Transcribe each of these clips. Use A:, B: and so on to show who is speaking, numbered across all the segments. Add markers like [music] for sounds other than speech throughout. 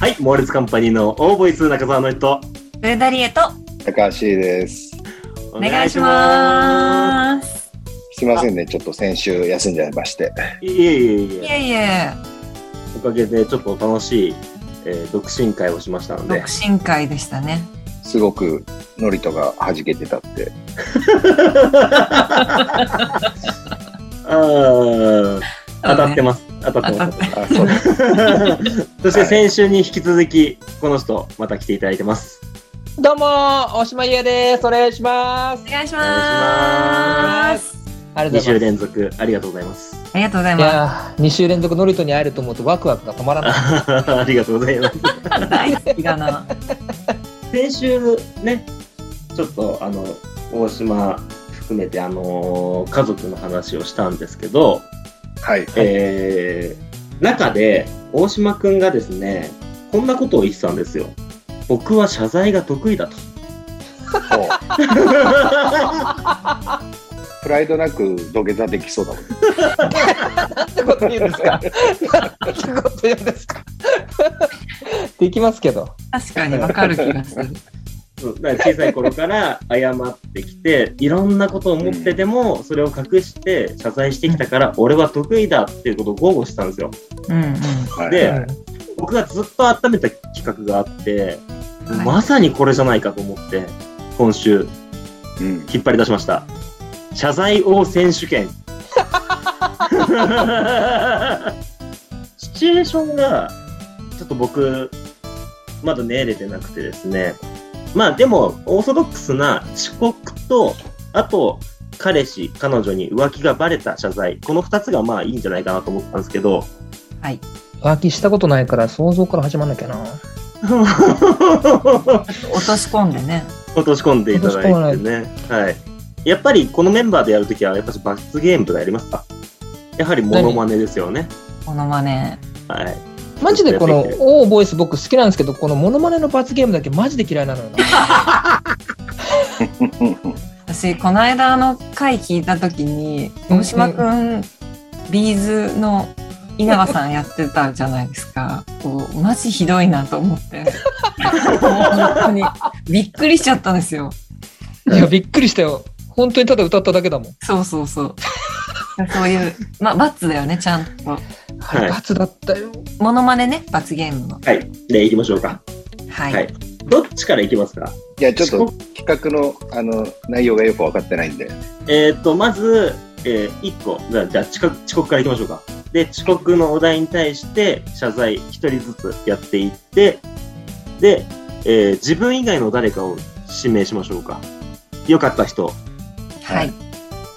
A: はい、モーレツカンパニーのオーボイス中澤の人、
B: ブルダリエと
C: 高橋です。
B: お願いします。
C: すいませんね、ちょっと先週休んじゃいまして。
A: す。いえいえい
B: い
A: え、
B: えいえ、
A: おかげでちょっと楽しい、えー独身会をしましたので
B: 独、身会でしたね。
C: すごくノリトが弾けて
A: [laughs]
C: たって。
A: あー当たってます。当たってます。
C: あ、そう。
A: そして先週に引き続き、この人、また来ていただいてます。
D: どうもー、おしまいやです。お願いします
B: お。願いし
A: ま
B: ます。
D: あ
A: 2
D: りがとう
A: 週
D: ござい
A: 連続、ありがとうございます。 [laughs]
B: ありがとうござい
D: ます。い
B: ま
D: やー、2週連続ノリトに会えると思うとワクワクが止ま
A: [laughs]
D: らない。
A: ありがとうございます。
B: す。大好きだな。
A: 先週ね、ちょっとあの、大島含めて、あのー家族の話をしたんですけど、
C: はい。
A: えー中で大島くんがですね、こんなことを言ってたんですよ。僕は謝罪が得意だと。
C: そうプライドなく土下座できそうだもん。
D: なんてこと言うんです
A: [laughs]
D: かなんてこと言うんですか [laughs] できますけど。
B: 確かにわかる気がする。
A: そうだから小さい頃から謝ってきて、いろんなことを持ってでも、それを隠して謝罪してきたから、俺は得意だっていうことを豪語してたんですよ。
B: うんうん。
C: はい
A: で
C: はい
A: 僕がずっと温めた企画があって、
B: はい
A: まさにこれじゃないかと思って、今週
C: うん。 [laughs]
A: 引っ張り出しました。謝罪王選手
B: [laughs]
A: 権。シチュエーションが、ちょっと僕、まだ寝れてなくてですね。まあでも、オーソドックスな遅刻と、あと、彼氏、彼女に浮気がバレた謝罪。この二つがまあいいんじゃないかなと思ったんですけど、
B: はい。
D: 浮気したことないから想像から始まんなきゃな。
B: 落とし込んでね。
A: 落とし込んでいただいてね。はい。やっぱりこのメンバーでやるときは、やっぱり罰ゲームとかやりますかやはりモノマネですよね。
B: モノマネ。
A: はい。
D: マジでこの
A: ちょっとやってみて
D: オーボイス僕好きなんですけど、このモノマネの罰ゲームだけマジで嫌いなのよな。
A: [laughs]
B: 私、この間あの回聞いたときに、
D: うん
B: 大島くん、ビーズの稲葉さんやってたじゃないですか。こう、マジひどいなと思って。 [laughs] 本当に。びっくりしちゃったんですよ。
D: いや、びっくりしたよ。本当にただ歌っただけだもん。
B: そうそうそう。そういう、まあ、罰だよね、ちゃんと。
D: あれ罰だったよ。
B: モノマネね、罰ゲームの。
A: はい。で、行きましょうか。
B: はい。
A: はい。どっちから行きますか
C: いや、ちょっと企画のあの内容がよく分かってないんで。
A: えーっと、まず、えー、1個。じゃあ、じゃあ遅刻、遅刻から行きましょうか。で、遅刻のお題に対して、謝罪1人ずつやっていって、で、えー自分以外の誰かを指名しましょうか。良かった人。
B: はい。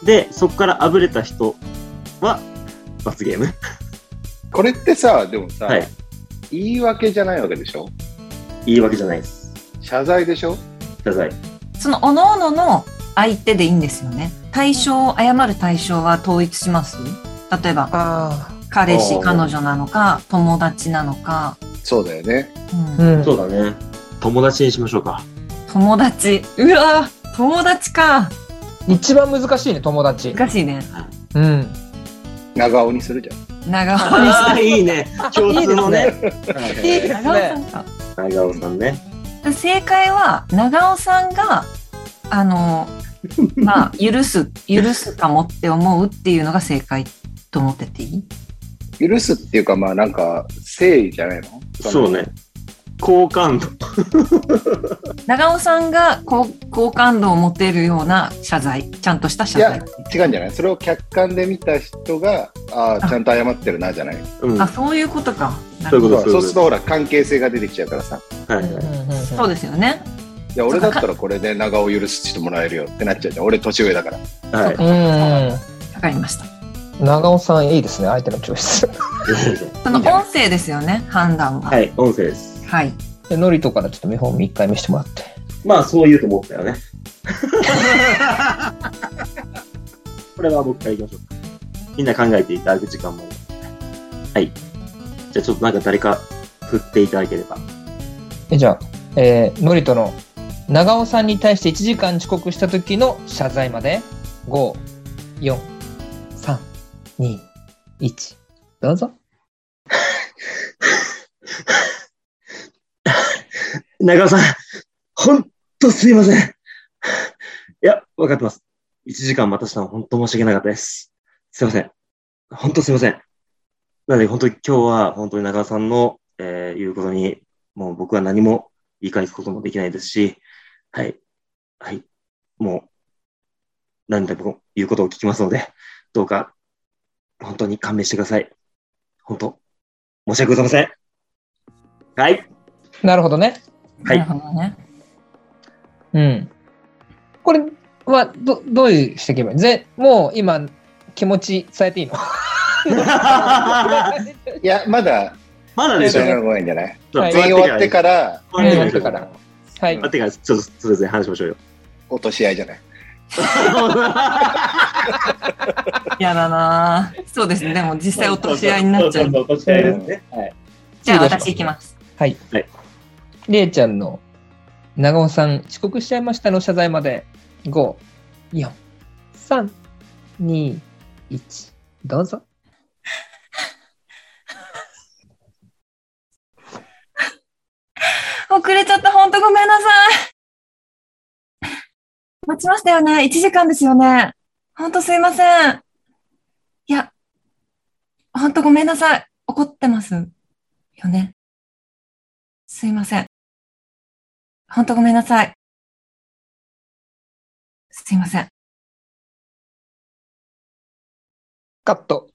A: で、そこからあぶれた人は、罰ゲーム。
C: これってさ、でもさ、
A: はい。
C: 言い訳じゃないわけでしょ
A: 言い訳じゃないです。
C: 謝罪でしょ
A: 謝罪。
B: その、おののの相手でいいんですよね。対象、謝る対象は統一します例えば、
D: あ
B: 彼氏、
A: おー
B: 彼女なのか、友達なのか、
C: そうだよね。
B: うん
D: あ。うん。
A: そうだね。友達にしましょうか。
B: 友達。うわー友達か。
D: 一番難しいね、友達。
B: 難しいね。
D: うん。
C: 長尾にするじゃん。
B: 長尾
A: ああ、いいね。共通のね。
D: いいで
B: 長尾さんか。
A: 長尾さんね。
B: 正解は長尾さんがあのまあ許す許すかもって思うっていうのが正解と思ってていい
C: [laughs] 許すっていうか、まあなんか、誠意じゃないの
A: そうね。。好感度。
B: 長尾さんが好好感度を持てるような謝罪ちゃんとした謝
C: い
B: 罪
C: や違うんじゃないそれを客観で見た人が、ああ、ちゃんと謝ってるな、じゃない。
A: うん。
B: あ
A: は
B: そういうことかな
A: そういう
B: るほ
A: こ
B: ど
C: そうそうするとほら、関係性が出てきちゃうからさ。
A: いは
D: うん
A: い。
D: うんうん
B: そうですよね
C: いや、俺だったらこれで長尾許してもらえるよってなっちゃうじゃん。俺年上だから。
A: はい。
D: う
B: わかりました
D: ん。長尾さん、いいですね、相手のチョイス。 [laughs]
B: その音声ですよね判断は
A: [laughs] はい、音声です。
B: はい
D: でノリとからちょっと見本見一回見してもらって。
A: まあ、そう言うと思ったよね。これは僕からいきましょうか。みんな考えていただく時間もありますはい。じゃあ、ちょっとなんか誰か振っていただければ。
D: えじゃあ、えー、ノリとの長尾さんに対して1時間遅刻した時の謝罪まで、5、4、3、2、1、どうぞ。
A: 長尾さん、ほんとすいません。いや、わかってます。1時間待たせたのほんと申し訳なかったです。すいません。ほんとすいません。なので、本当に今日は、本当に長尾さんの、えー、言うことに、もう僕は何も言い返すこともできないですし、はい。はい。もう、何でも言うことを聞きますので、どうか、本当に勘弁してください。本当、申し訳ございません。はい。
D: なるほどね。
A: はい
B: なるほどね。
D: うん。これは、ど、どういうしていけばいいぜもう今、気持ち伝えていいの [laughs]
C: いや、まだ、
A: [laughs] まだで
C: 全
A: しょ。
C: 員の方がいいんじゃない
D: はい
C: 全員終わって
A: ら。
C: から、
A: 終わ
D: うん
A: ってから。
D: はい
A: 終わ。ってから、ちょっと、それぞれ話しましょうよ。
C: 落とし合いじゃない
B: 嫌だなぁそうですね。でも実際落とし合いになっちゃう。
A: そうそうそう落とし合いですね。はい。
B: じゃあ私行きます。
D: はい。
A: はい
D: れいちゃんの、長尾さん、遅刻しちゃいましたの謝罪まで、5、4、3、2、1、どうぞ。
B: 遅れちゃった。ほんとごめんなさい。待ちましたよね。1時間ですよね。ほんとすいません。いや、ほんとごめんなさい。怒ってます。よね。すいません。ほんとごめんなさい。すいません。
D: カット。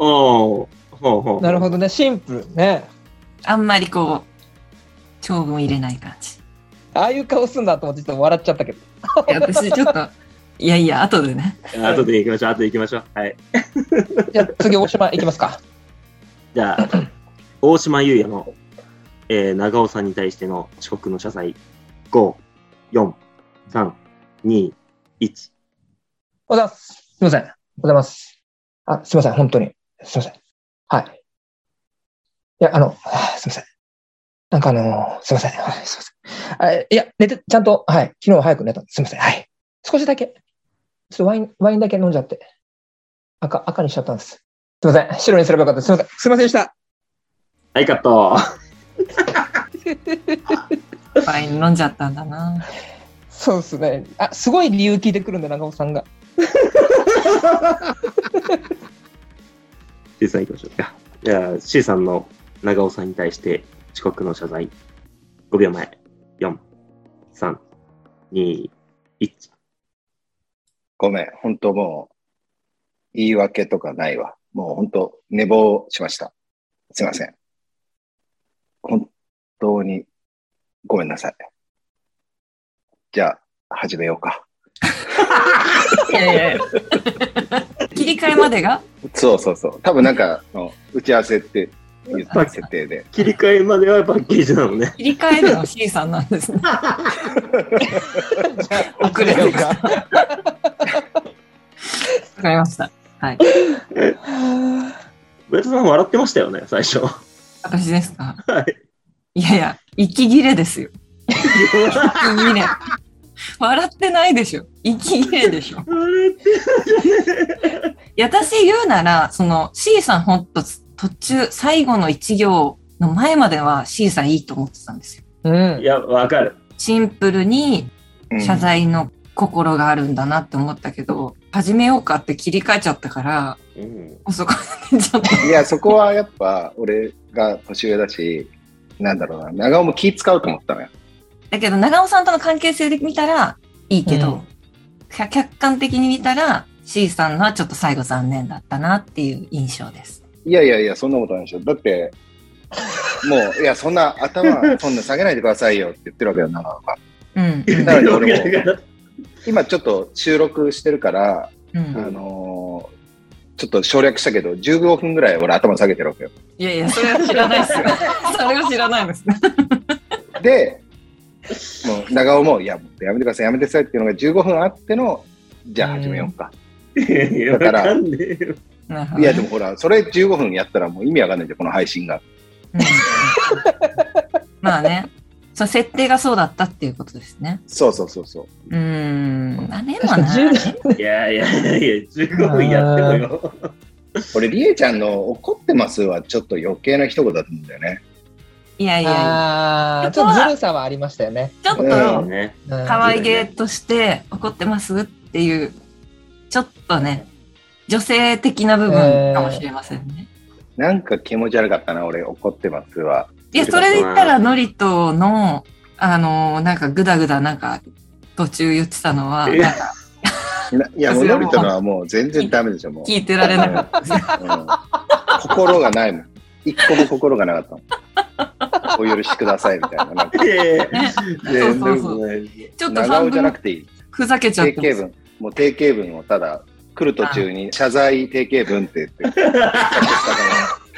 A: おーほうほう。
D: なるほ
A: ど。
D: どね。シンプルね。
B: あんまりこう、長文入れない感じ。
D: ああいう顔すんだと思ってちょっと笑っちゃったけど。
B: いや私ちょっと、いやいや、後でね。
A: 後で行きましょう、後で行きましょう。はい。
D: じゃあ次、大島いきますか。
A: じゃ
B: [laughs]
A: あ、大島優也の、えー、長尾さんに対しての遅刻の謝罪。5、4、3、2、1。
D: おはようございます。すいません。おはようございます。あ、すいません。本当に。すいません。はい。いや、あの、 [sighs] あすいません。なんかあの、すいません。はい、すいません。あいや、寝て、ちゃんと、はい。昨日は早く寝たんです。すいません。はい。少しだけ。ちょっとワイン、ワインだけ飲んじゃって。赤、赤にしちゃったんです。すいません。白にすればよかったです。すいません。すいませんでした。
A: はい、カット。
B: ワイン飲んじゃったんだな。
D: そうですね。あ、すごい理由聞いてくるんで、長尾さんが。
A: C さん行きましょうか。じゃあ、C さんの長尾さんに対して遅刻の謝罪。5秒前。4、3、2、1。
C: ごめん、本当もう、言い訳とかないわ。もう本当、寝坊しました。すいません。本当に、ごめんなさい。じゃあ、始めようか。
B: いやいやいや切り替えまでが
C: そうそうそう。多分なんか、あの打ち合わせって言った設定で。
A: 切り替えまではパッケージなのね。
B: 切り替えるの C さんなんで
A: [laughs]
B: すね。遅れてきた。わ
D: か。
B: かりました。はい。
A: 上田さん笑ってましたよね、最初。
B: 私ですか。
A: はい
B: いやいや、息切れですよ。息切れ。笑ってないでしょ。息切れでしょ。いや、私言うなら、その C さんほんと途中、最後の一行の前までは C さんいいと思ってたんですよ。
D: [laughs] うん
A: い。や、わかる。
B: シンプルに
C: うん
B: 謝罪の心があるんだなって思ったけど、始めようかって切り替えちゃったから、
A: うん。
B: 遅くなっちゃった。
C: いや、そこはやっぱ、俺が年上だし、なんだろうな、長尾も気使うと思ったのよ。
B: だけど、長尾さんとの関係性で見たらいいけど、
D: うん
B: 客客観的に見たら C さんのはちょっと最後残念だったなっていう印象です。
C: いやいやいや、そんなことないでしょ。だって、もう、いや、そんな頭、そんな下げないでくださいよって言ってるわけよ、長尾が。
B: うん。
C: なるほど
A: は
C: 今ちょっと収録してるから、
B: うん
C: あ
B: うん
C: のーちょっと省略したけど、15分ぐらい俺頭下げてるわけよ。
B: いやいや、それは知らないですよ。 [laughs] それは知らないですね。
C: で、もう長尾も、いや、もうやめてください、やめてくださいっていうのが15分あっての、じゃあ始めようか。だから
A: かんねえよ
B: なるほど
C: いや、でもほら、それ15分やったらもう意味わかんないじゃん、この配信が。
B: うんまあね。その設定がそうだったっていうことですね。
C: そうそうそうそう。
B: うーん。あ、でも
D: 確か
B: な。
D: に10
A: いやいやいや、15分やってもよ。
C: 俺、りえちゃんの怒ってますはちょっと余計な一言だと思うんだよね。
B: いやいやいや、
D: ああ、ちょっとずるさはありましたよね。
B: ちょっ
C: うん
A: そう
B: と
A: ね。
D: うん
B: 可愛げとして怒ってますっていう、ちょっとね、女性的な部分かもしれませんね。
C: なんか気持ち悪かったな、俺、怒ってますは。
B: いや、それで言ったら、ノリとの、あの、なんか、ぐだぐだ、なんか、途中言ってたのは、
A: いや
C: ないや、
B: そ
C: もう
B: れは
C: ノリとのはもう全然ダメでし [laughs] ょ、もう。
B: 聞いてられなかったです。
C: うん心がないもん。一個も心がなかったもん。お許しくださいみたいな。なんか
A: ええ
B: ね
A: 全
B: そう
A: 然
B: そう
A: ない
B: ちょっと
C: 長尾
B: 半
C: じゃな
B: 分
C: くていい。
B: ふざけちゃっ
C: 定
B: てま
C: 型
B: す。
C: 文。もう定型文をただ、来る途中に謝罪定型文って言って。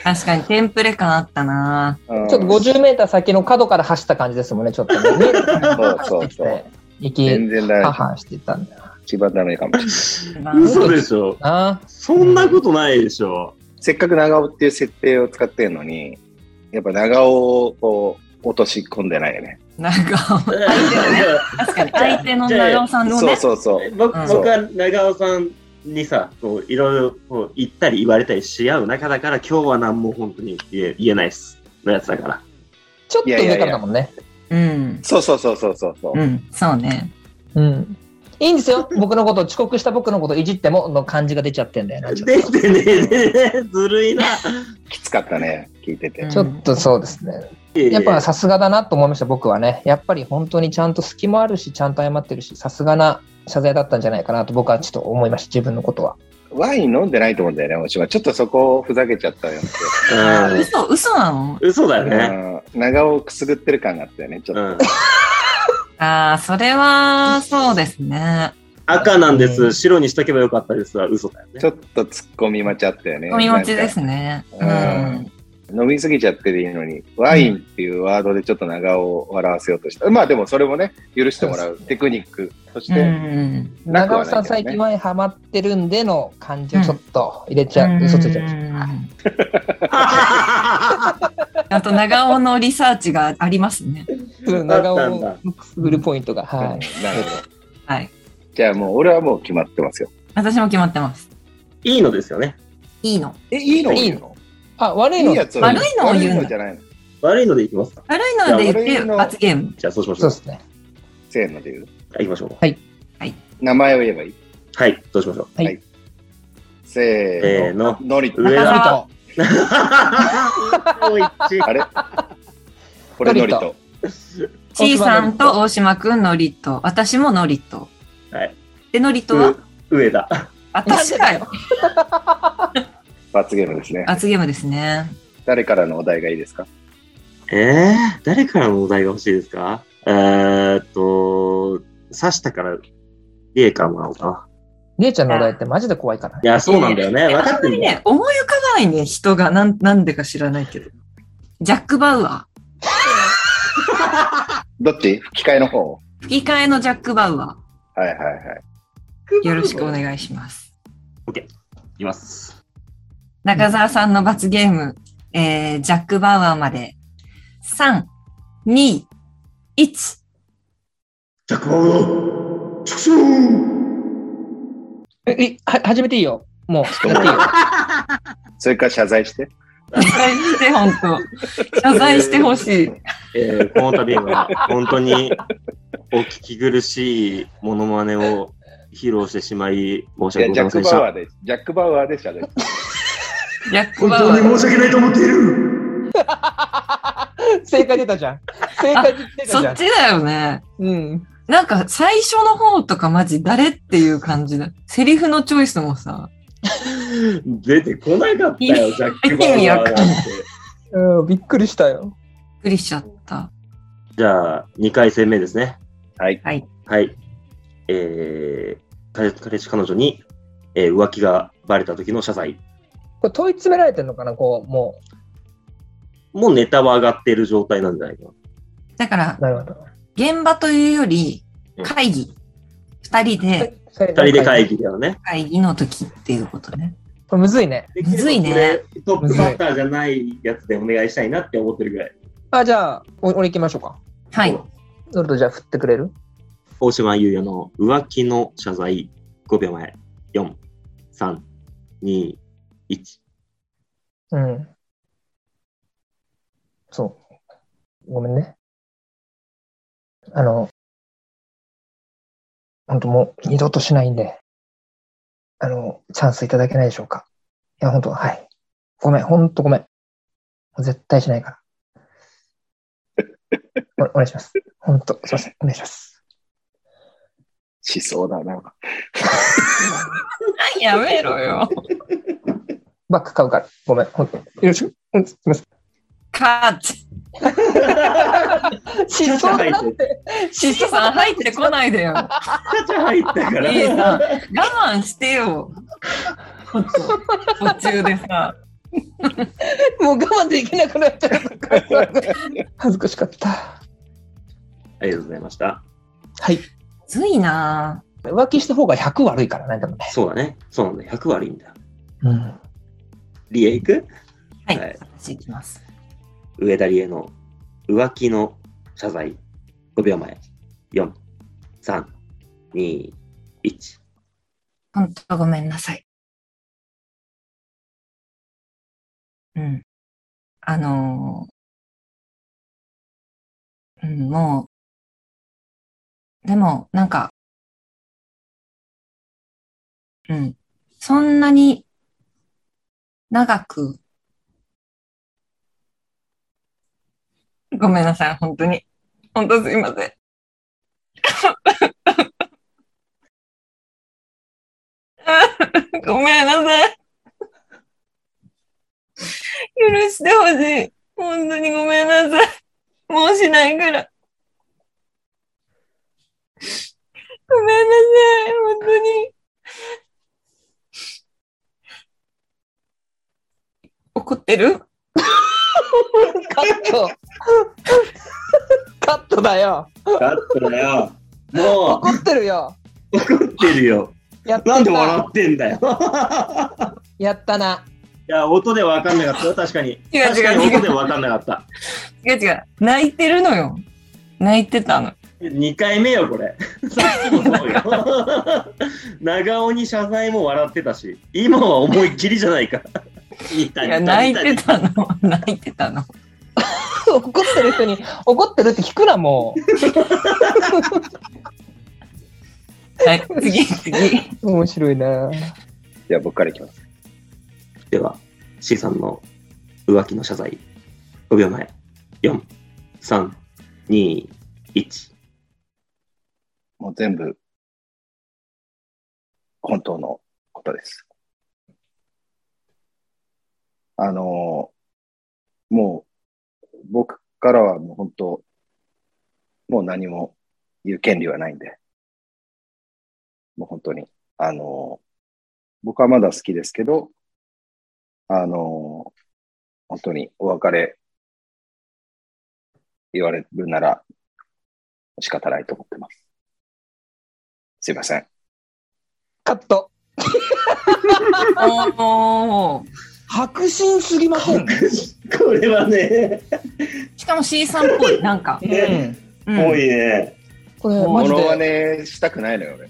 B: 確かに、テンプレ感あったな
C: うん
D: ちょっと50メーター先の角から走った感じですもんね、ちょっ
C: [laughs]
D: とね。
C: そうそうそう。
D: 息、
C: 全然だ
D: は
C: よ。
D: はんしてたんだよ
C: 一番ダメかもしれない。
A: 嘘でしょ。
D: な。
A: そんなことないでしょ。
C: せっかく長尾っていう設定を使ってるのに、やっぱ長尾をこう、落とし込んでないよね。
B: なんか、確かに、相手の長尾さんの
C: そう
B: ね、
C: そうそう。
A: 僕
B: うん
A: 僕は長尾さんにさ、こういろいろこう言ったり言われたりし合う中だから、今日は何も本当に言え言えないっす。のやつだから。
D: ちょっと上からだもんね。
B: うん。
C: そうそうそうそうそうそう。
B: うん、そうね。
D: うん。いいんですよ。僕のこと、遅刻した僕のこといじってもの感じが出ちゃってんだよな。ちょっ
A: 出てねえね、ずるいな。
C: きつかったね。聞いてて
D: とち。ょっとそうですね。
A: や
D: やっぱさすがだなと思いました、僕はね。やっぱり本当にちゃんと隙もあるし、ちゃんと謝ってるし、さすがな謝罪だったんじゃないかなと僕はちょっと思いました、自分のことは。
C: ワイン飲んでないと思うんだよね、もちろん。ちょっとそこをふざけちゃったよう
A: うん
B: 嘘、嘘なの
A: 嘘だよ
C: な
A: ね。
C: うん長尾をくすぐってる感があったよね、ちょっ
A: う
C: と。
A: ん
B: ああ、それは、そうですね。
A: 赤なんで
D: う
A: す、
D: ん
A: 白にしとけばよかったですは嘘だよね
C: ち。ょっと突っ込み待ちあったよね。
B: お見持ちですね。う
C: なん
B: ん。
C: 飲みすぎちゃってるのに、ワインっていうワードでちょっと長尾を笑わせようとした。まあでもそれもね、許してもらうテクニックとし
B: う
C: て、
B: ん。
C: なく
D: 長
C: は
D: 尾
C: な
D: さ
C: いけどね
D: ん最近前ハマってるんでの感じをちょっと入れちゃう、嘘ついちゃいました。
B: うん
A: あ
B: あと、長尾のリサーチがありますね。
D: うん長尾のくすぐるポイントが、
C: うん
D: はい。
C: なるほど。
B: はい。
C: じゃあもう俺はもう決まってますよ。
B: 私も決まってます。
A: [laughs] いいのですよね。
B: いいの。
C: え、いいの
D: いいのあ、悪いの
C: いいやつを
B: 悪いのを言うの
C: 悪いのじゃないの。
A: 悪いのでいきますか。
B: 悪いので言っ
C: 悪い
B: て、
C: の
B: 罰ゲーム。
A: じゃあそうしまし
D: そ
A: ょ
D: う
A: う
D: で。すね。
C: せーので言う。
A: はい、行きましょう。
C: 名前を言えばいい。
A: はい、どうしましょう。
C: せーの。
A: せ
C: のり。
A: 上
B: 田
D: ノリと
A: もう一
C: あれこれのり
D: のり
C: と
D: と。
B: ちいさんと大島くん、のりと。私ものりと。
A: はい。
B: で、のりとは
A: 上だ。
B: 私かよ。
C: 罰ゲームですね。
B: 罰ゲームですね。
C: 誰からのお題がいいですか
A: ええー、誰からのお題が欲しいですかえーっと、刺したから、リエからもらおうかな。
D: りえちゃんのお題ってマジで怖いから
A: い
D: ね。
A: や、そうなんだよね。分か
B: あ
A: って
B: んま
A: る
B: り
A: んだよ
B: ね、思い浮かばないね、人が。なん、なんでか知らないけど。ジャック・バウア
C: どっち吹き替えの方
B: ー。吹き替えのジャック・バウア
C: はいはいはい。
B: ー。よろしくお願いします。
A: いきます。
B: 中澤さんの罰ゲーム、えー、ジャック・バウアーまで。3、2、1。
A: ジャックボールチョクシュー
D: え、えは、始めていいよ。もう、やっていいよ。
C: それから謝罪して。
B: 謝罪して、本当。謝罪してほしい。
A: えー、この度は、本当に、お聞き苦しいモノマネを披露してしまい、申し
C: いや
A: 訳ご
C: ジ
A: ざい
C: ャッ
A: ません
C: ク・
A: でし
C: バウ
A: た。
C: アーで、ジャック・バウアーで謝 [laughs] 罪。
B: ジャック・バウアー。
A: 申し訳ないと思っている
D: 正解出たじゃん。正解出たじ
B: そ
D: ゃ
B: っ
D: ん。
B: ちだよね。
D: うん。
B: なんか最初の方とかマジ誰っていう感じだ。セリフのチョイスもさ。
A: 出てこなかったよ、ジャック・バウアーなんて。
D: うん、びっくりしたよ。
B: びっくりしちゃった。
A: じゃあ、2回戦目ですね。
C: はい。
B: はい。
A: はい。えー、彼彼氏彼女に、えー浮気がバレた時の謝罪。
D: これ問い詰められてんのかなこう、も
A: もうネタは上がっている状態なんじゃないかな。
B: だから
D: う。、なるほど。
B: 現場というより
A: うん、
B: 会議。二人で
D: 二
A: 二人で会。議だよね。
B: 会議の時っていうことね。
D: これむずいね。
A: できれば
B: むずいね
A: これ。トップバッターじゃないやつでお願いしたいなって思ってるぐらい。
D: あ、じゃあ、お俺行きましょうか。
B: はい。
D: ノルトじゃあ振ってくれる
A: 大島優也の浮気の謝罪。5秒前。4、3、2、 1。
D: うん。そう。ごめんね。あの、本当もう二度としないんで、あの、チャンスいただけないでしょうか。いや、本当はい。ごめん、本当ごめん。絶対しないから。おお願いします。本当すいません。お願いします。
C: しそうだな。
B: やめろよ。
D: バック買うから。ごめん。本当よろしく。うんすいません。
B: カッチ
D: [laughs] しそうだなって。
B: シスさん入ってこないでよ。
A: ガチャ入ったか
B: いいさ、
A: ら。
B: 我慢してよ。ちょっと途中でさ。
D: もう我慢できなくなっちゃった。恥ずかしかった。
A: [laughs] ありがとうございました。
D: はい。
B: ついな
D: 浮気した方が100悪いからね、でもね。
A: そうだね。そうなんだ。100悪いんだ。
D: うん。
A: リエ行く
B: ぁ。はい、
A: [laughs] はい
B: 私行きます。
A: 上田理恵の浮気の謝罪5秒前4321
B: 本当ごめんなさい。うん。あのーうん、もう、でも、なんか、うん、そんなに長く、ごめんなさい、本当に。本当すいません。ごめんなさい。許してほしい。本当にごめんなさい。もうしないから。ごめんなさい。本当に。怒ってる
D: カットカットだよ
A: カットだよも
D: 怒ってるよ
A: う怒ってるよ
D: やって
A: なんで笑
D: な
A: ってんだよ
D: やったな。
A: いや音で分かんなかったよ確かに
B: 違う違う
A: 確かに
B: 違う
A: 音で分かんなかった
B: 違う違う。泣いてるのよ。泣いてたの。
A: 2回目よこれさっきもそうよ [laughs] 長尾に謝罪も笑ってたし今は思いっきりじゃないかい
B: いや、泣いてたの。泣いてたの。
D: 怒ってる人に怒ってるって聞くな、も
B: はい、次、次。
D: う。面白いな。
C: じゃあ僕からいきます。
A: では C さんの浮気の謝罪5秒前4321
C: もう全部、本当のことです。あのーもう、僕からはもう本当、もう何も言う権利はないんで、もう本当に、あのー僕はまだ好きですけど、あのー本当にお別れ言われるなら仕方ないと思ってます。すいません。
D: カット
B: おー。
D: 白真すぎません。
A: これはね、
B: しかも C さんっぽい、なん
A: [laughs]
B: か。
D: うん。
B: うん
A: 多いね。
D: これ、
B: もう
D: マジ
C: 物は
D: で。
C: ね、したくないのよ、俺。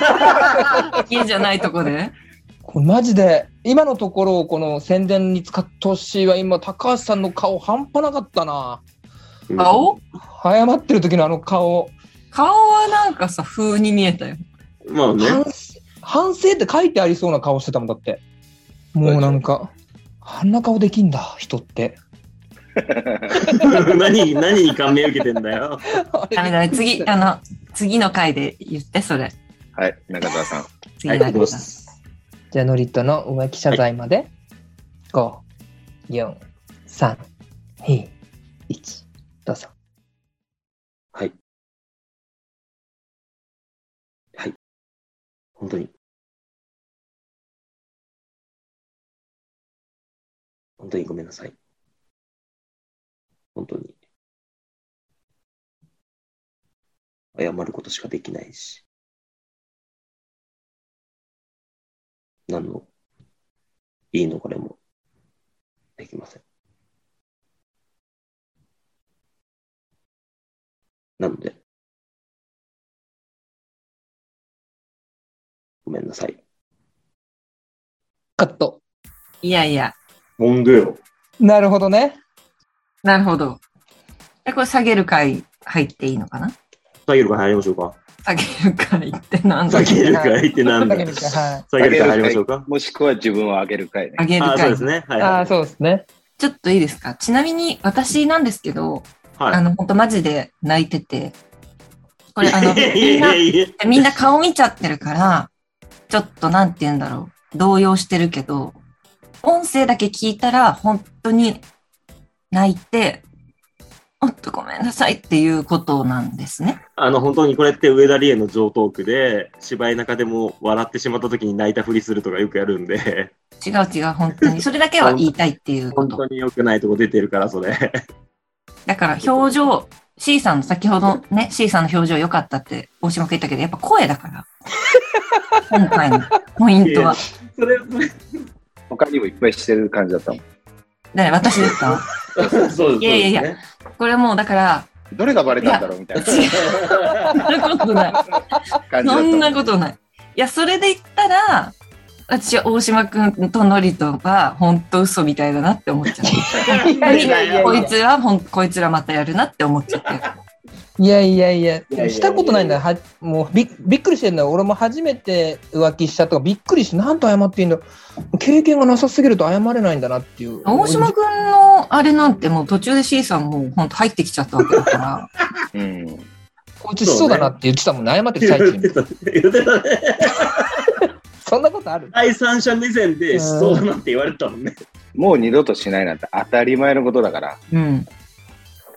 C: [laughs]
B: 家じゃないとこで。
D: これマジで、今のところをこの宣伝に使ってほしいは、今、高橋さんの顔半端なかったな。
B: 顔
D: 謝ってる時のあの顔。
B: 顔はなんかさ、風に見えたよ。
A: ま
D: [laughs]
A: あね、
D: 反省反省って書いてありそうな顔してたもんだってもうなんかあんな顔できんだ人って
A: 何何に感銘受けてんだよ。
B: ダメダメ、
D: [laughs]
A: [laughs]
B: 次、あの、次の回で言って、それ。
C: はい、中澤さん。
B: 次の
A: はい
B: 回
A: ど
B: で
A: う。ぞ
D: じゃあノリットの浮気謝罪まで、5432一どうぞ
A: はい。はい。本当に。本当にごめんなさい。本当に。謝ることしかできないし。何の、いいのこれも、できません。なので、ごめんなさい。
D: カット
B: いやいや。
A: なんでよ。
D: なるほどね。
B: なるほど。で、これ下げる会入っていいのかな
A: 下げるから入りましょうか。
B: 下げる会ってなんだ
A: 下
B: っけ
A: げるから入ってなんだ
D: だけですかはい。
A: 下げるから入りましょうか。
C: もしくは自分をあげる会ね
B: 上。げる
A: あ、そう
B: 会
A: ですね。はい。
D: ああ、そうですね。
B: ちょっといいですかちなみに私なんですけど、
A: はい。
B: あの、本当マジで泣いてて、これあの、
A: [laughs] いやい
B: みんな
A: や、いやい
B: みんな顔見ちゃってるから、ちょっとなんて言うんだろう、動揺してるけど、音声だけ聞いたら本当に泣いて、おっとごめんなさいっていうことなんですね。
A: あの、本当にこれって上田理恵の上トークで、芝居中でも笑ってしまった時に泣いたふりするとかよくやるんで、
B: 違う違う、本当
A: [laughs]
B: に。それだけは言いたいっていうこ
A: 本
B: と
A: 当。に良くないとこ出てるから、それ。
B: だから表情、C さんの先ほどね、C さんの表情良かったって大島君言ったけど、やっぱ声だから。今回のポイントは。
A: それ、それ
C: 他にもいっぱいしてる感じだったもん。
B: ね、私ですか
A: そうです
B: いやいやいや。これもうだ
A: [laughs]
B: から、
C: どれがバレたんだろうみたいな
B: 違う、そんなことない。
C: 感じだっ
B: そ
C: たも
B: んなことない。いや、それで言ったら、私は大島くんとノリとは本当嘘みたいだなって思っちゃっ
A: そうですね
D: いやいやい
B: て。
D: や
B: こいつはほん、こいつらまたやるなって思っちゃって。
D: いやいやいや
A: いやいや、
D: したことないんだよ。はもうびびっくりしてんだよ。俺も初めて浮気したとかびっくりして、なんと謝っていいんだ経験がなさすぎると謝れないんだなっていう。
B: 大島くんのあれなんてもう途中で C さんもうほんと入ってきちゃったわけだから。
C: うん。
D: こいつしそうだなって言ってたもん、謝ってる最
A: 言って
D: 中に。
A: た、言ってたね。
D: そんなことある
A: 第三者目線でしそうだなって言われてたもんね。
C: もう二度としないなんて当たり前のことだから。
B: うん。
D: [laughs]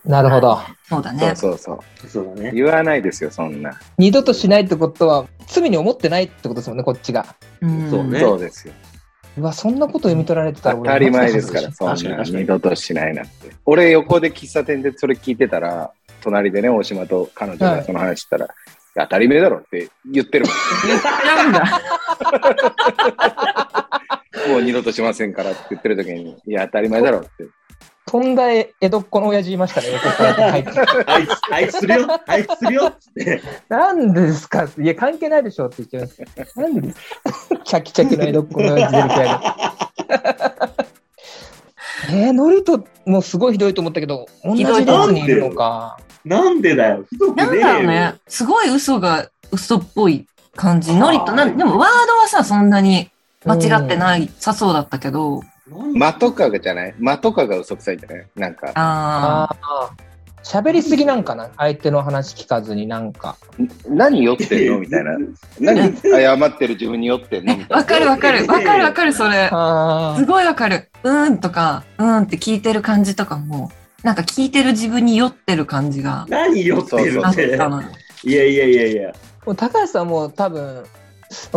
D: なるほど。
B: そうだ
C: そう
B: ね。
C: そうそう。
A: そうだね。
C: 言わないですよ、そんな。
D: 二度としないってことは、罪に思ってないってことですもんね、こっちが。
B: うん
A: そうね
C: そうですよ。
D: うわ、そんなこと読み取られてたら
C: 当たり前ですから、そ
A: かに
C: んな
A: 確かに
C: 二度としないなんて。俺、横で喫茶店でそれ聞いてたら、隣でね、大島と彼女
D: は
C: が
D: い
C: その話したら、当たり前だろって言ってる
B: なんだ。
C: [laughs] もん。もう二度としませんからって言ってる時に、いや、当たり前だろって。
D: とんだ江戸っ子の親父いましたね、横から入って
A: あいつ、あいつするよ、あいつするよ。
D: なんでですかいや、関係ないでしょって言ってますなんでですかチャキチャキの江戸っ子のやつ出てきやがって。 [laughs] えー、ノリともうすごいひどいと思ったけど、同
B: ひ
D: じ列
B: どい
D: にいるのか。
A: なんでだよ、ひどく
B: なん
A: ね
B: だろ
A: え
B: う
A: よ。
B: ね。すごい嘘が嘘っぽい感じ。
A: はい
B: ノリとなん、でもワードはさ、そんなに間違ってないさそうだったけど。
A: なん
C: 間とかがじゃない間とかが嘘くさいんじゃないなんか、
B: あ
D: ああー、喋りすぎなんかな。相手の話聞かずになんか。
C: ん何酔ってんのみた
A: [laughs]
C: いな。何謝ってる自分に酔ってんのみ
B: あ。
C: たい
B: わ
C: な。
B: かるわかる。わかるわかる、それ。
D: あ
B: すごいわかる。うーんとか、うーんって聞いてる感じとかも、なんか聞いてる自分に酔ってる感じが
A: 何酔ってる
C: そう
B: あ
C: そ
A: っ。
B: ってたの。
A: いやいやいやいや。
D: あ、もう高橋さんも多分、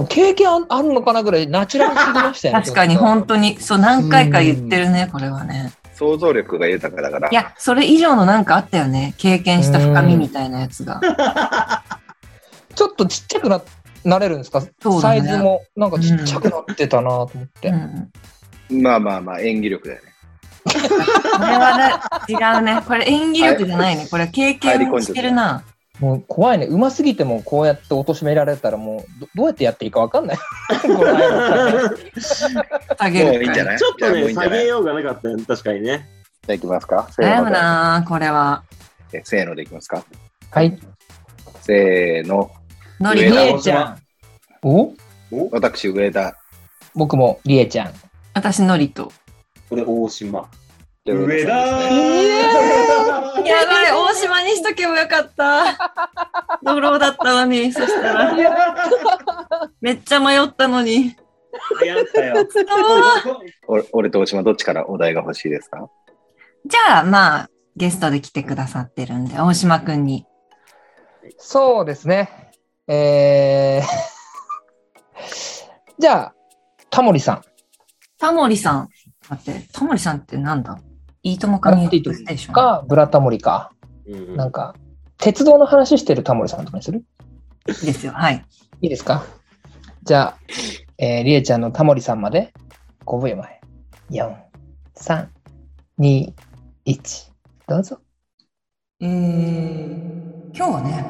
D: 経験あんあるのかなぐらいナチュラルすぎましたよね。
B: [laughs] 確かに本当に、そう何回か言ってるね、これはね。
C: 想像力が豊かだから。
B: いや、それ以上のなんかあったよね。経験した深みみたいなやつが。
D: ちょっとちっちゃくななれるんですか、
B: そうだ
D: サ
B: ね
D: イズもなんかちっちゃくなってたなと思って。
B: うん
C: まあまあまあ、演技力だよね。
B: これはね違うね。これ演技力じゃないね。これは経験してるな。
D: もう怖いね。うますぎてもこうやって貶としめられたらもうどどうやってやっていいかわか
B: [laughs]
D: んない。この間
B: 下げ
C: もう
B: る
C: いいんじ
B: か
C: ゃな
B: ら。
C: い
A: ちょっと
C: じゃあもうい
A: ね、
C: いんじ
A: 下
C: ゃ
A: げ
C: ないじゃ
A: ようがなかったね、確かにね。
C: あ行きますかせ
B: 悩
C: ー
B: む
C: の。
B: なこれは。
C: えせーので行きますか
D: はい。
C: せーの。
B: ノ
D: り
B: リ
C: 上田
B: と、
D: えちゃん。お
A: おこ
C: 私、上田。
D: 僕もりえちゃん。
B: 私ノリと。
A: れ大島。
C: ということで
A: 上だ
D: ー
B: やばい、大島にしとけばよか [laughs] った。ドローだったのに、そしたら。めっちゃ迷ったのに。
A: やったよ。
B: あー
C: 俺俺と大島どっちからお題が欲しいですか
B: じゃあ、まあ、ゲストで来てくださってるんで、大島くんに。
D: そうですね。えー、 [laughs] じゃあ、タモリさん。
B: タモリさん。待って、タモリさんってなんだいいともかみ
D: いいとも
B: ステーション。
D: か、ブラタモリか。
A: うん
D: なんか、鉄道の話してるタモリさんとかにする
B: いいですよ。はい。
D: いいですかじゃあ、えー、りえちゃんのタモリさんまで5秒前。4、3、2、1。どうぞ。
B: えー、今日はね、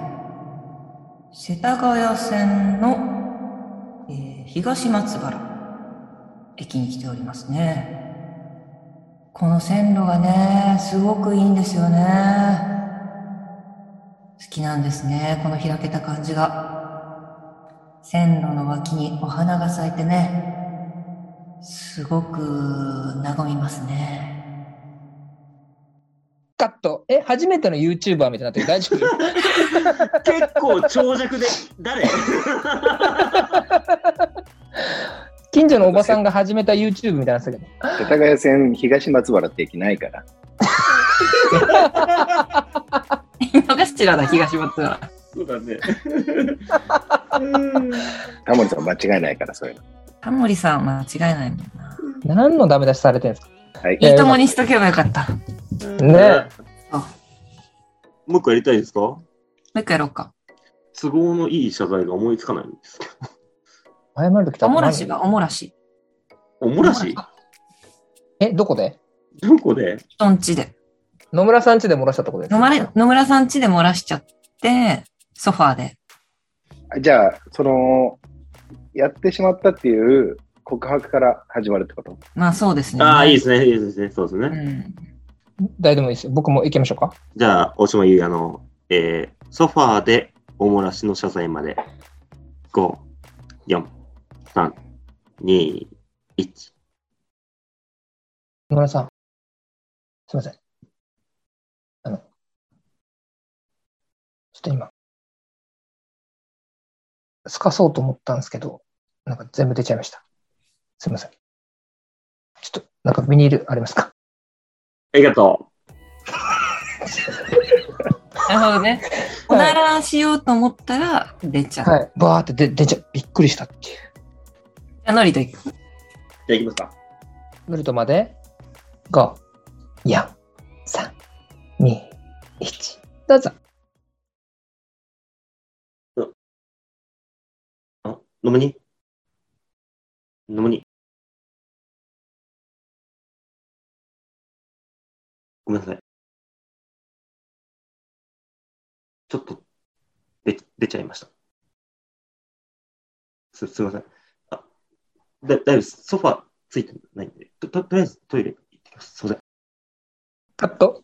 B: 世田谷線の、えー東松原、駅に来ておりますね。この線路がね、すごくいいんですよね。好きなんですね、この開けた感じが。線路の脇にお花が咲いてね、すごく和みますね。
D: カット。え、初めての YouTuber みたいになってる大丈夫
A: 結構長尺で、誰
D: 近所のおばさんが始めた YouTube みたいなやつだけど。
C: 世田谷線東松原って駅ないから。
B: 井 [laughs] の頭だ、東松は。
A: そうだね。うん
C: タモリさん間違いないから、そういうの。
B: タモリさん間違いないもんな。
D: 何のダメ出しされてるんですか
C: はい。
D: え
B: いいともにしとけばよかった。も
D: ね
A: もう一個やりたいですか
B: う一回やろうか。
A: 都合のいい謝罪が思いつかないんですけど。
D: 謝るとき
B: おもらしがおもらし。
A: おもらし
D: え、どこで
A: どこで
B: 人んちで。
D: 野村さん家で漏らしたとこです。
B: 野村野村さん家で漏らしちゃって、ソファーで。
C: じゃあ、その、やってしまったっていう告白から始まるってこと
B: まあそうですね。
A: ああ、いいですね、いいですね、そうですね。
B: うん。
D: 誰でもいいですよ。僕も行きましょうか。
A: じゃあ、大島優也の、えー、ソファーでおもらしの謝罪まで、5、4、3、2、1。
D: 野村さん。すいません。あの、ちょっと今、すかそうと思ったんですけど、なんか全部出ちゃいました。すいません。ちょっと、なんかビニールありますか
A: ありがと
B: なるほどね。おならしようと思ったら出ちゃう。
D: はい。バーって出出ちゃう。びっくりしたっていう。
B: じゃあ、ノリと行く。
A: う。じゃあ、行きますか。
D: ノルトまで、5、4、3、2、1。どうぞ。
A: あ、飲むに飲むに。ごめんなさい。ちょっと、で、出ちゃいました。す、すいません。あ、だ、だいぶですソファついてないんで、と、と、とりあえずトイレ行ってきます。すいません。
D: カッ [laughs] ト。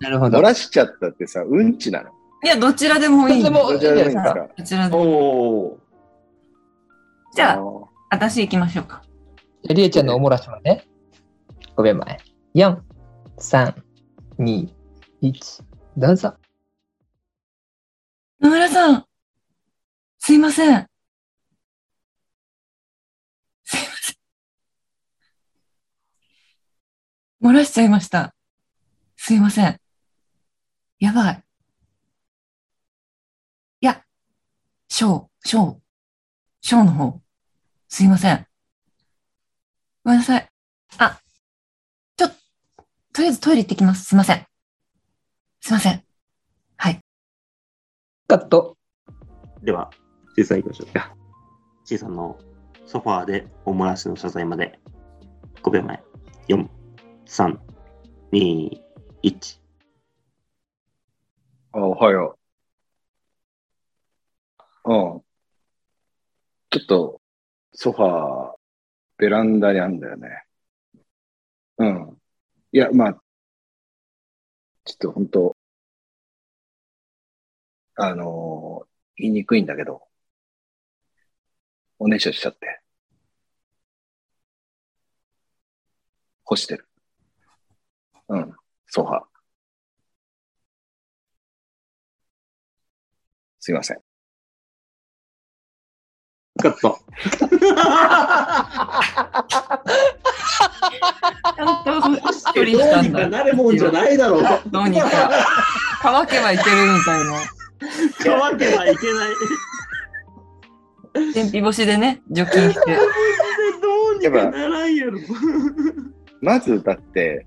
B: なるほ
C: 漏らしちゃったってさ、うんちなの。
B: いや、どちらでもいい。
D: どっちでも
C: どちらでもいいんですか
B: どちらでも。
A: おー。
B: じゃ
C: あ
B: あ、
C: の
B: 私行きましょうか。
D: りえちゃんのおもらしまで、5秒前。4、3、2、1。どうぞ。
B: 野村さん、すいません。すいません。漏らしちゃいました。すいません。やばい。いや、ショー、ショー、ショーの方。すいません。ごめんなさい。あ、ちょ、とりあえずトイレ行ってきます。すいません。すいません。
D: カット。
A: では、C さん行きましょうか。C さんのソファーでおもらしの謝罪まで5秒前。4、3、2、1。
C: あおはよう。うん。ちょっと、ソファー、ベランダにあんだよね。うん。いや、まあ、ちょっと本当あのー言いにくいんだけど、おねしょしちゃって。干してる。うん、ソファー。すいません。
A: カット。
B: ちゃんと処理
A: ど
B: した
A: うんにか
B: だ。
A: なるもんじゃないだろう。
B: どうにか。乾けばいけるみたいな。
A: 乾けばいけない。
B: 天日干しでね、除菌して。
A: どうにかならんやろ。
C: まずだって、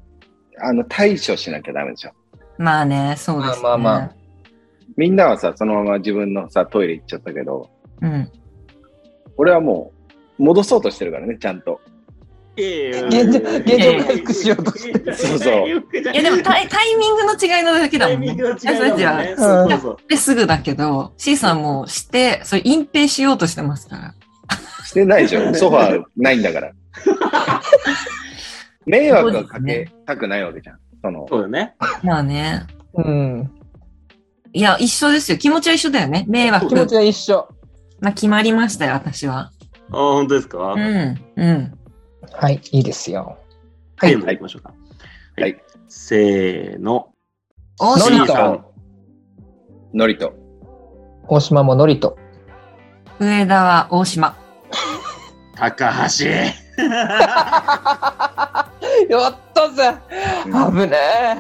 C: あの、対処しなきゃダメでしょ。
B: まあね、そうです、ね。
D: まあまあまあ
C: みんなはさ、そのまま自分のさ、トイレ行っちゃったけど、
B: うん。
C: 俺はもう、戻そうとしてるからね、ちゃんと。
A: 現
D: 現状回復しようとして
A: る
C: そうそう
B: いやでもタイタイミングの違いのだけだ
A: タ
B: も
A: イ
B: ん
A: ミン
B: ね。
A: グの違いだもんね。そうそうそう。
B: ですぐだけど、C さんもして、それ隠蔽しようとしてますから。
C: してないでしょ。ソファーないんだから。迷惑はかけたくないわけじゃん。その、
A: そうだね。
B: まあね。
D: うん。
B: いや、一緒ですよ。気持ちは一緒だよね。迷惑
D: 気。持ちは一緒。
B: まあ、決まりましたよ、私は。
A: ああ、本当ですか、
B: うん。うん。
D: はい、いいですよ。
A: テ
D: はい
A: ーマいきましょうか。
C: はい
A: せーの。
B: 大
D: ノ
B: 島
D: リ
A: さん
D: と、
C: ノリと。
D: 大島もノリと。
B: 上田は大島。
A: 高橋。
D: [laughs] やったぜ
C: うん
D: 危ね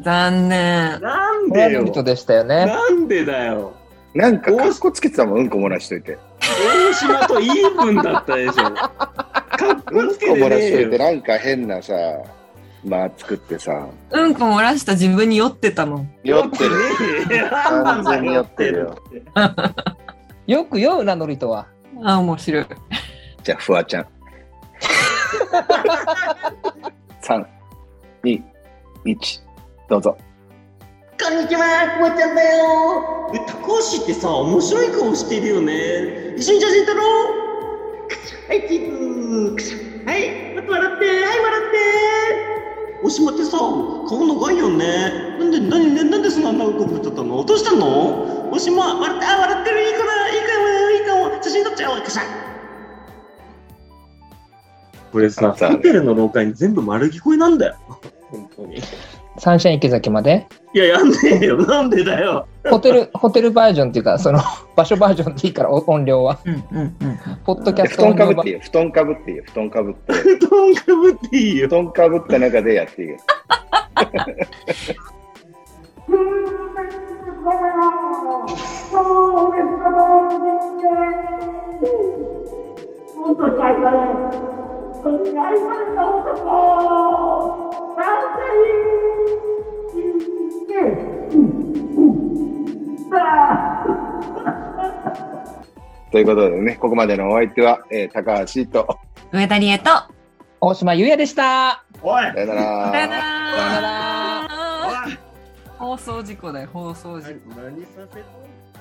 B: 残念。
A: なんで
D: え。ノ
A: よ
D: リ。とでしたよね。
A: なんでだよ。
C: なんか、かっこつけてたもん、うんこ漏らしといて。
A: 大島とイーブンだった
C: [laughs]
A: でしょ。かっ
C: う
A: こ
C: ん
A: つ
C: こ
A: けて
C: 漏らしと
A: ねえ
C: いて、
A: よ。
C: なんか変なさ、まあ作ってさ、
B: うんこ漏らした自分に酔ってたもん。
C: 酔ってる。
A: ねえよ。
C: [laughs] 完全に酔ってるよ
D: よく酔うな、ノリとは。
B: あ、面白い。
C: じゃあ、フワちゃん。3、2、1、どうぞ。
A: こんにちは、くまちゃんだよ。え、高橋ってさ、面白い顔してるよね。一緒に写真撮ろう。くしゃはい、チーズ。くしゃはい、また笑って、はい、笑って。おしまってさ、顔長いよね。なんで、なんで、なんでそんな長くなっちゃったのどうしたのおしま、笑って、あ、笑ってる、いい子だ、いい顔、いい顔。写真撮っちゃおう、くしゃ。これ
C: さホテ
A: ルの廊下に全部丸聞こえなんだよ。本当に。い
D: サンシャイン池崎まで。
A: や、やんねえよ。なんでだよ。
D: ホテル、ホテルバージョンっていうか、 [laughs] その、場所バージョンでいいから、お音量は。
B: うんうんうん。
D: ポッドキ
C: で
D: ャ
C: 布
D: スト
C: 団
D: 音
C: か
D: 量
C: ぶ
D: ば
C: っていいよ。布団かぶっていいよ。布団かぶって。
A: 布団かぶっていい
C: 布
A: よ。
C: 団かぶった中でやっていいよ。ということでね、ここまでのお相手は、えー高橋と、
B: 上田理恵と、さ
D: 大島優也でした。
A: おい
C: さよな
B: よな
C: ら。
D: さよな
B: ら
A: お
D: ら。
A: い
B: 放送事故だよ、放送事故。
A: 何させとんの